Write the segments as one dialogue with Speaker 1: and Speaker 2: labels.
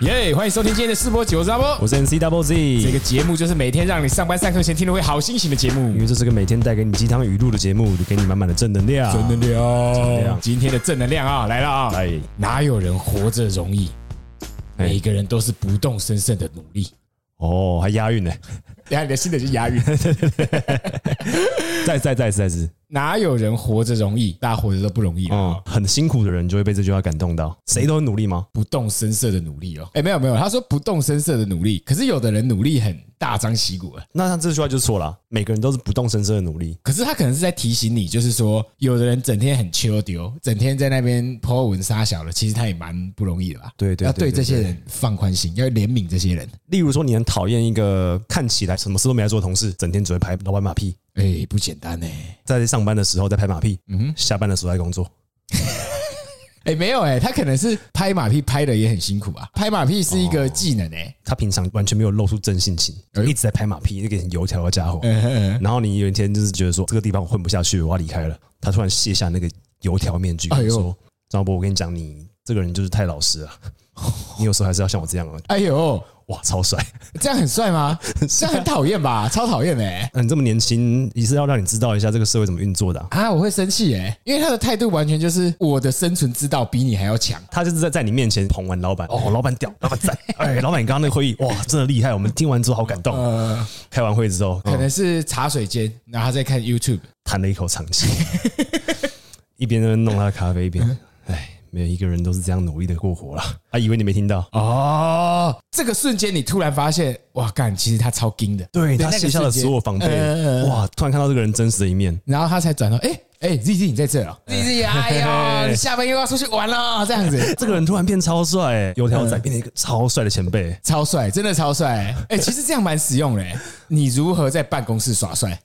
Speaker 1: 耶欢迎收听今天的试播集，我是阿波。
Speaker 2: 我是 MC Double Z，
Speaker 1: 这个节目就是每天让你上班上课前听了会好心情的节目
Speaker 2: 因，为这是个每天带给你鸡汤语录的节目，给你满满的正能量。
Speaker 1: 正能量
Speaker 2: 量。
Speaker 1: 今天的正能量啊，来了啊！
Speaker 2: 哎
Speaker 1: 哪有人活着容易？
Speaker 2: 哎
Speaker 1: 每个人都是不动声色的努 力。
Speaker 2: 哦，还押 韵呢，
Speaker 1: 等一哎下你的新的是押韵。
Speaker 2: 再再再再次，
Speaker 1: 哪有人活着容易？大家活着都不容易啊！
Speaker 2: 嗯，很辛苦的人就会被这句话感动到。谁都很努力吗？
Speaker 1: 不动声色的努力哦。哎，没有没有，他说不动声色的努力，可是有的人努力很大张旗鼓啊。
Speaker 2: 那他这句话就错了啊，每个人都是不动声色的努力。
Speaker 1: 可是他可能是在提醒你，就是说，有的人整天很秋丢，整天在那边抛文杀小的，其实他也蛮不容易的吧？
Speaker 2: 对对
Speaker 1: 要
Speaker 2: 对
Speaker 1: 对
Speaker 2: 对
Speaker 1: 这些人放宽心，要怜悯这些人。
Speaker 2: 例如说，你很讨厌一个看起来什么事都没在做的同事，整天只会拍老板马屁，
Speaker 1: 哎，不简单呢、
Speaker 2: 在上班的时候在拍马屁，
Speaker 1: 嗯
Speaker 2: 嗯，下班的时候在工作。
Speaker 1: 哎，没有哎、他可能是拍马屁拍的也很辛苦啊。拍马屁是一个技能哎、
Speaker 2: 他平常完全没有露出真性情，
Speaker 1: 哎
Speaker 2: 一直在拍马屁，那个很油条的家伙。
Speaker 1: 嗯哼嗯哼
Speaker 2: 然后你有一天就是觉得说这个地方我混不下去，我要离开了。他突然卸下那个油条面具，
Speaker 1: 哎呦
Speaker 2: 说：“张博，我跟你讲，你这个人就是太老实了，你有时候还是要像我这样哦。
Speaker 1: 哎呦，”
Speaker 2: 哇，超帅！
Speaker 1: 这样很帅 吗？这样很讨厌吧？超讨厌的哎、
Speaker 2: 那你这么年轻，也是要让你知道一下这个社会怎么运作的啊、
Speaker 1: 啊，我会生气哎、因为他的态度完全就是我的生存之道比你还要强。
Speaker 2: 他就是在在你面前捧完老板，哦，老板屌，老板赞，哎，老板你刚刚那个会议，哇，真的厉害，我们听完之后好感动。
Speaker 1: 呃，
Speaker 2: 开完会之后，
Speaker 1: 可
Speaker 2: 嗯
Speaker 1: 能是茶水间，然后他在看 YouTube。
Speaker 2: 叹了一口长气， 一边在那边弄他的咖啡，一边，哎，没有一个人都是这样努力的过活了。他以为你没听到，
Speaker 1: 哦，这个瞬间你突然发现，哇，干，其实他超精的，
Speaker 2: 对他
Speaker 1: 那个
Speaker 2: 卸下了
Speaker 1: 瞬间
Speaker 2: 所有防备
Speaker 1: 嗯嗯嗯，
Speaker 2: 哇！突然看到这个人真实的一面，
Speaker 1: 然后他才转头，哎、哎、z Z 你在这儿、哦、，Z Z，哎呦， 你下班又要出去玩了，这样子。
Speaker 2: 这个人突然变超帅、欸，油条仔变成一个超帅的前辈、
Speaker 1: 超帅，真的超帅！哎、其实这样蛮实用的、哎你如何在办公室耍帅？其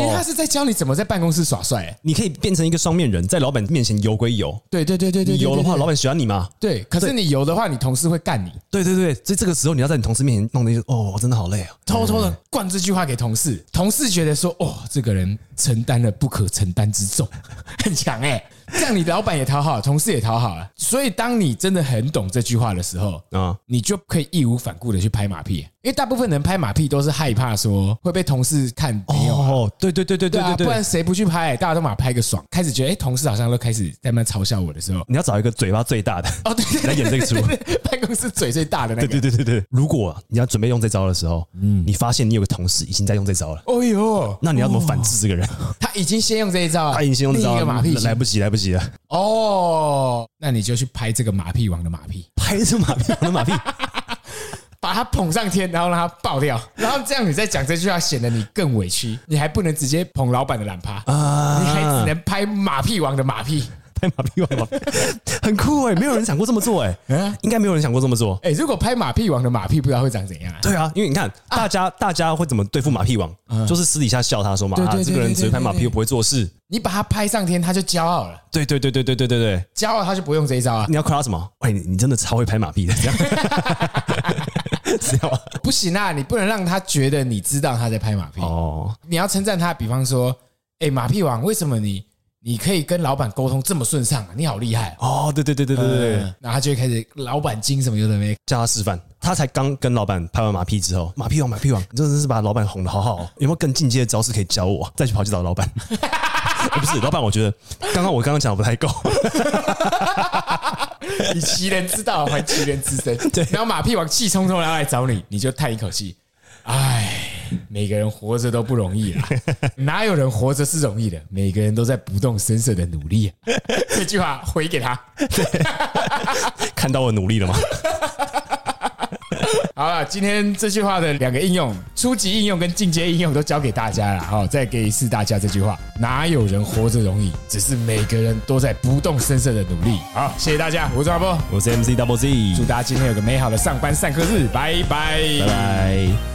Speaker 1: 实他
Speaker 2: 哦。
Speaker 1: 是在教你怎么在办公室耍帅、哎
Speaker 2: 你可以变成一个双面人，在老板面前油归油，
Speaker 1: 对对对对对，
Speaker 2: 你
Speaker 1: 对
Speaker 2: 油的话，
Speaker 1: 对
Speaker 2: 老板喜欢你嘛？
Speaker 1: 对，可是
Speaker 2: 对
Speaker 1: 你油的话，你同事会干你。
Speaker 2: 对对对，所以这个时候你要在你同事面前弄的，哦，我真的好累啊。
Speaker 1: 偷偷的灌这句话给同事，同事觉得说：“哦，这个人承担了不可承担之重， 很强哎、这样你老板也讨好，同事也讨好了。所以，当你真的很懂这句话的时候，
Speaker 2: 啊，
Speaker 1: 你就可以义无反顾的去拍马屁，因为大部分人拍马屁都是害怕说会被同事看没有啊、
Speaker 2: 哦，对对对对
Speaker 1: 对
Speaker 2: 对
Speaker 1: 啊，
Speaker 2: 对
Speaker 1: 不
Speaker 2: 对
Speaker 1: 然，谁不去拍？大家都马拍个爽，开始觉得哎、同事好像都开始在那嘲笑我的 时候，
Speaker 2: 你要找一个嘴巴最大的，
Speaker 1: 哦，对，
Speaker 2: 来演这个出
Speaker 1: 对对对办公室嘴最大的那个，
Speaker 2: 对对对对对。如果你要准备用这招的时候，嗯，你发现你有个同事已经在用这招了，
Speaker 1: 哦呦，
Speaker 2: 那你要怎么反制这个人？ 啊
Speaker 1: 他已经先用这一招了，
Speaker 2: 他已经先用这
Speaker 1: 嗯
Speaker 2: 招
Speaker 1: 另一个
Speaker 2: 了，
Speaker 1: 马屁
Speaker 2: 来不及，来不及了。
Speaker 1: 哦，那你就去拍这个马屁王的马屁，
Speaker 2: 拍着马屁，我的马屁，
Speaker 1: 把他捧上天，然后让他爆掉，然后这样你再讲这句话，显得你更委屈，你还不能直接捧老板的懒趴，
Speaker 2: 啊
Speaker 1: 你还只能拍马屁王的马屁。
Speaker 2: 拍马屁玩马屁， 很酷哎、没有人想过这么 做哎、
Speaker 1: 嗯
Speaker 2: 应该没有人想过这么做。
Speaker 1: 哎，如果拍马屁王的马屁，不知道会长怎样啊？嗯
Speaker 2: 对啊，因为你看，大家大家会怎么对付马屁王，就是私底下笑他说嘛，
Speaker 1: 对对
Speaker 2: 啊，
Speaker 1: 对
Speaker 2: 这个人
Speaker 1: 对对
Speaker 2: 只会拍马屁又不会做事。
Speaker 1: 你把他拍上天，他就骄傲了，
Speaker 2: 对对对对对对对对，
Speaker 1: 骄傲他就不用这一招啊。
Speaker 2: 你要夸他什么？哎，你你真的超会拍马屁的，这 样， 知道吗？
Speaker 1: 不行啊，你不能让他觉得你知道他在拍马屁。
Speaker 2: 哦，
Speaker 1: 你要称赞他，比方说，哎，马屁王，为什么你你可以跟老板沟通这么顺畅啊？你好厉害、啊！
Speaker 2: 哦，对对对对对对对，
Speaker 1: 嗯然后他就会开始老板精什么有的没，
Speaker 2: 叫他示范。他才刚跟老板拍完马屁之后，马屁王马屁王，你真的是把老板哄得好好哦。有没有更进阶的招式可以教我？再去跑去找老板。哎不是，老板，我觉得刚刚我刚刚讲的不太够。
Speaker 1: 以其人之道还其人之身。对，然后马屁王气冲冲然后来找你，你就叹一口气，唉，每个人活着都不容易啊，哪有人活着是容易的？每个人都在不动声色的努力、啊。 这句话回给他。
Speaker 2: 看到我努力了吗？
Speaker 1: 好了，今天这句话的两个应用，初级应用跟进阶应用都教给大家了。好，再给一次大家这句话：哪有人活着容易？只是每个人都在不动声色的努力。好，谢谢大家，我是阿波。
Speaker 2: 我是 MC Double Z，
Speaker 1: 祝大家今天有个美好的上班上课日，拜拜。
Speaker 2: 拜拜。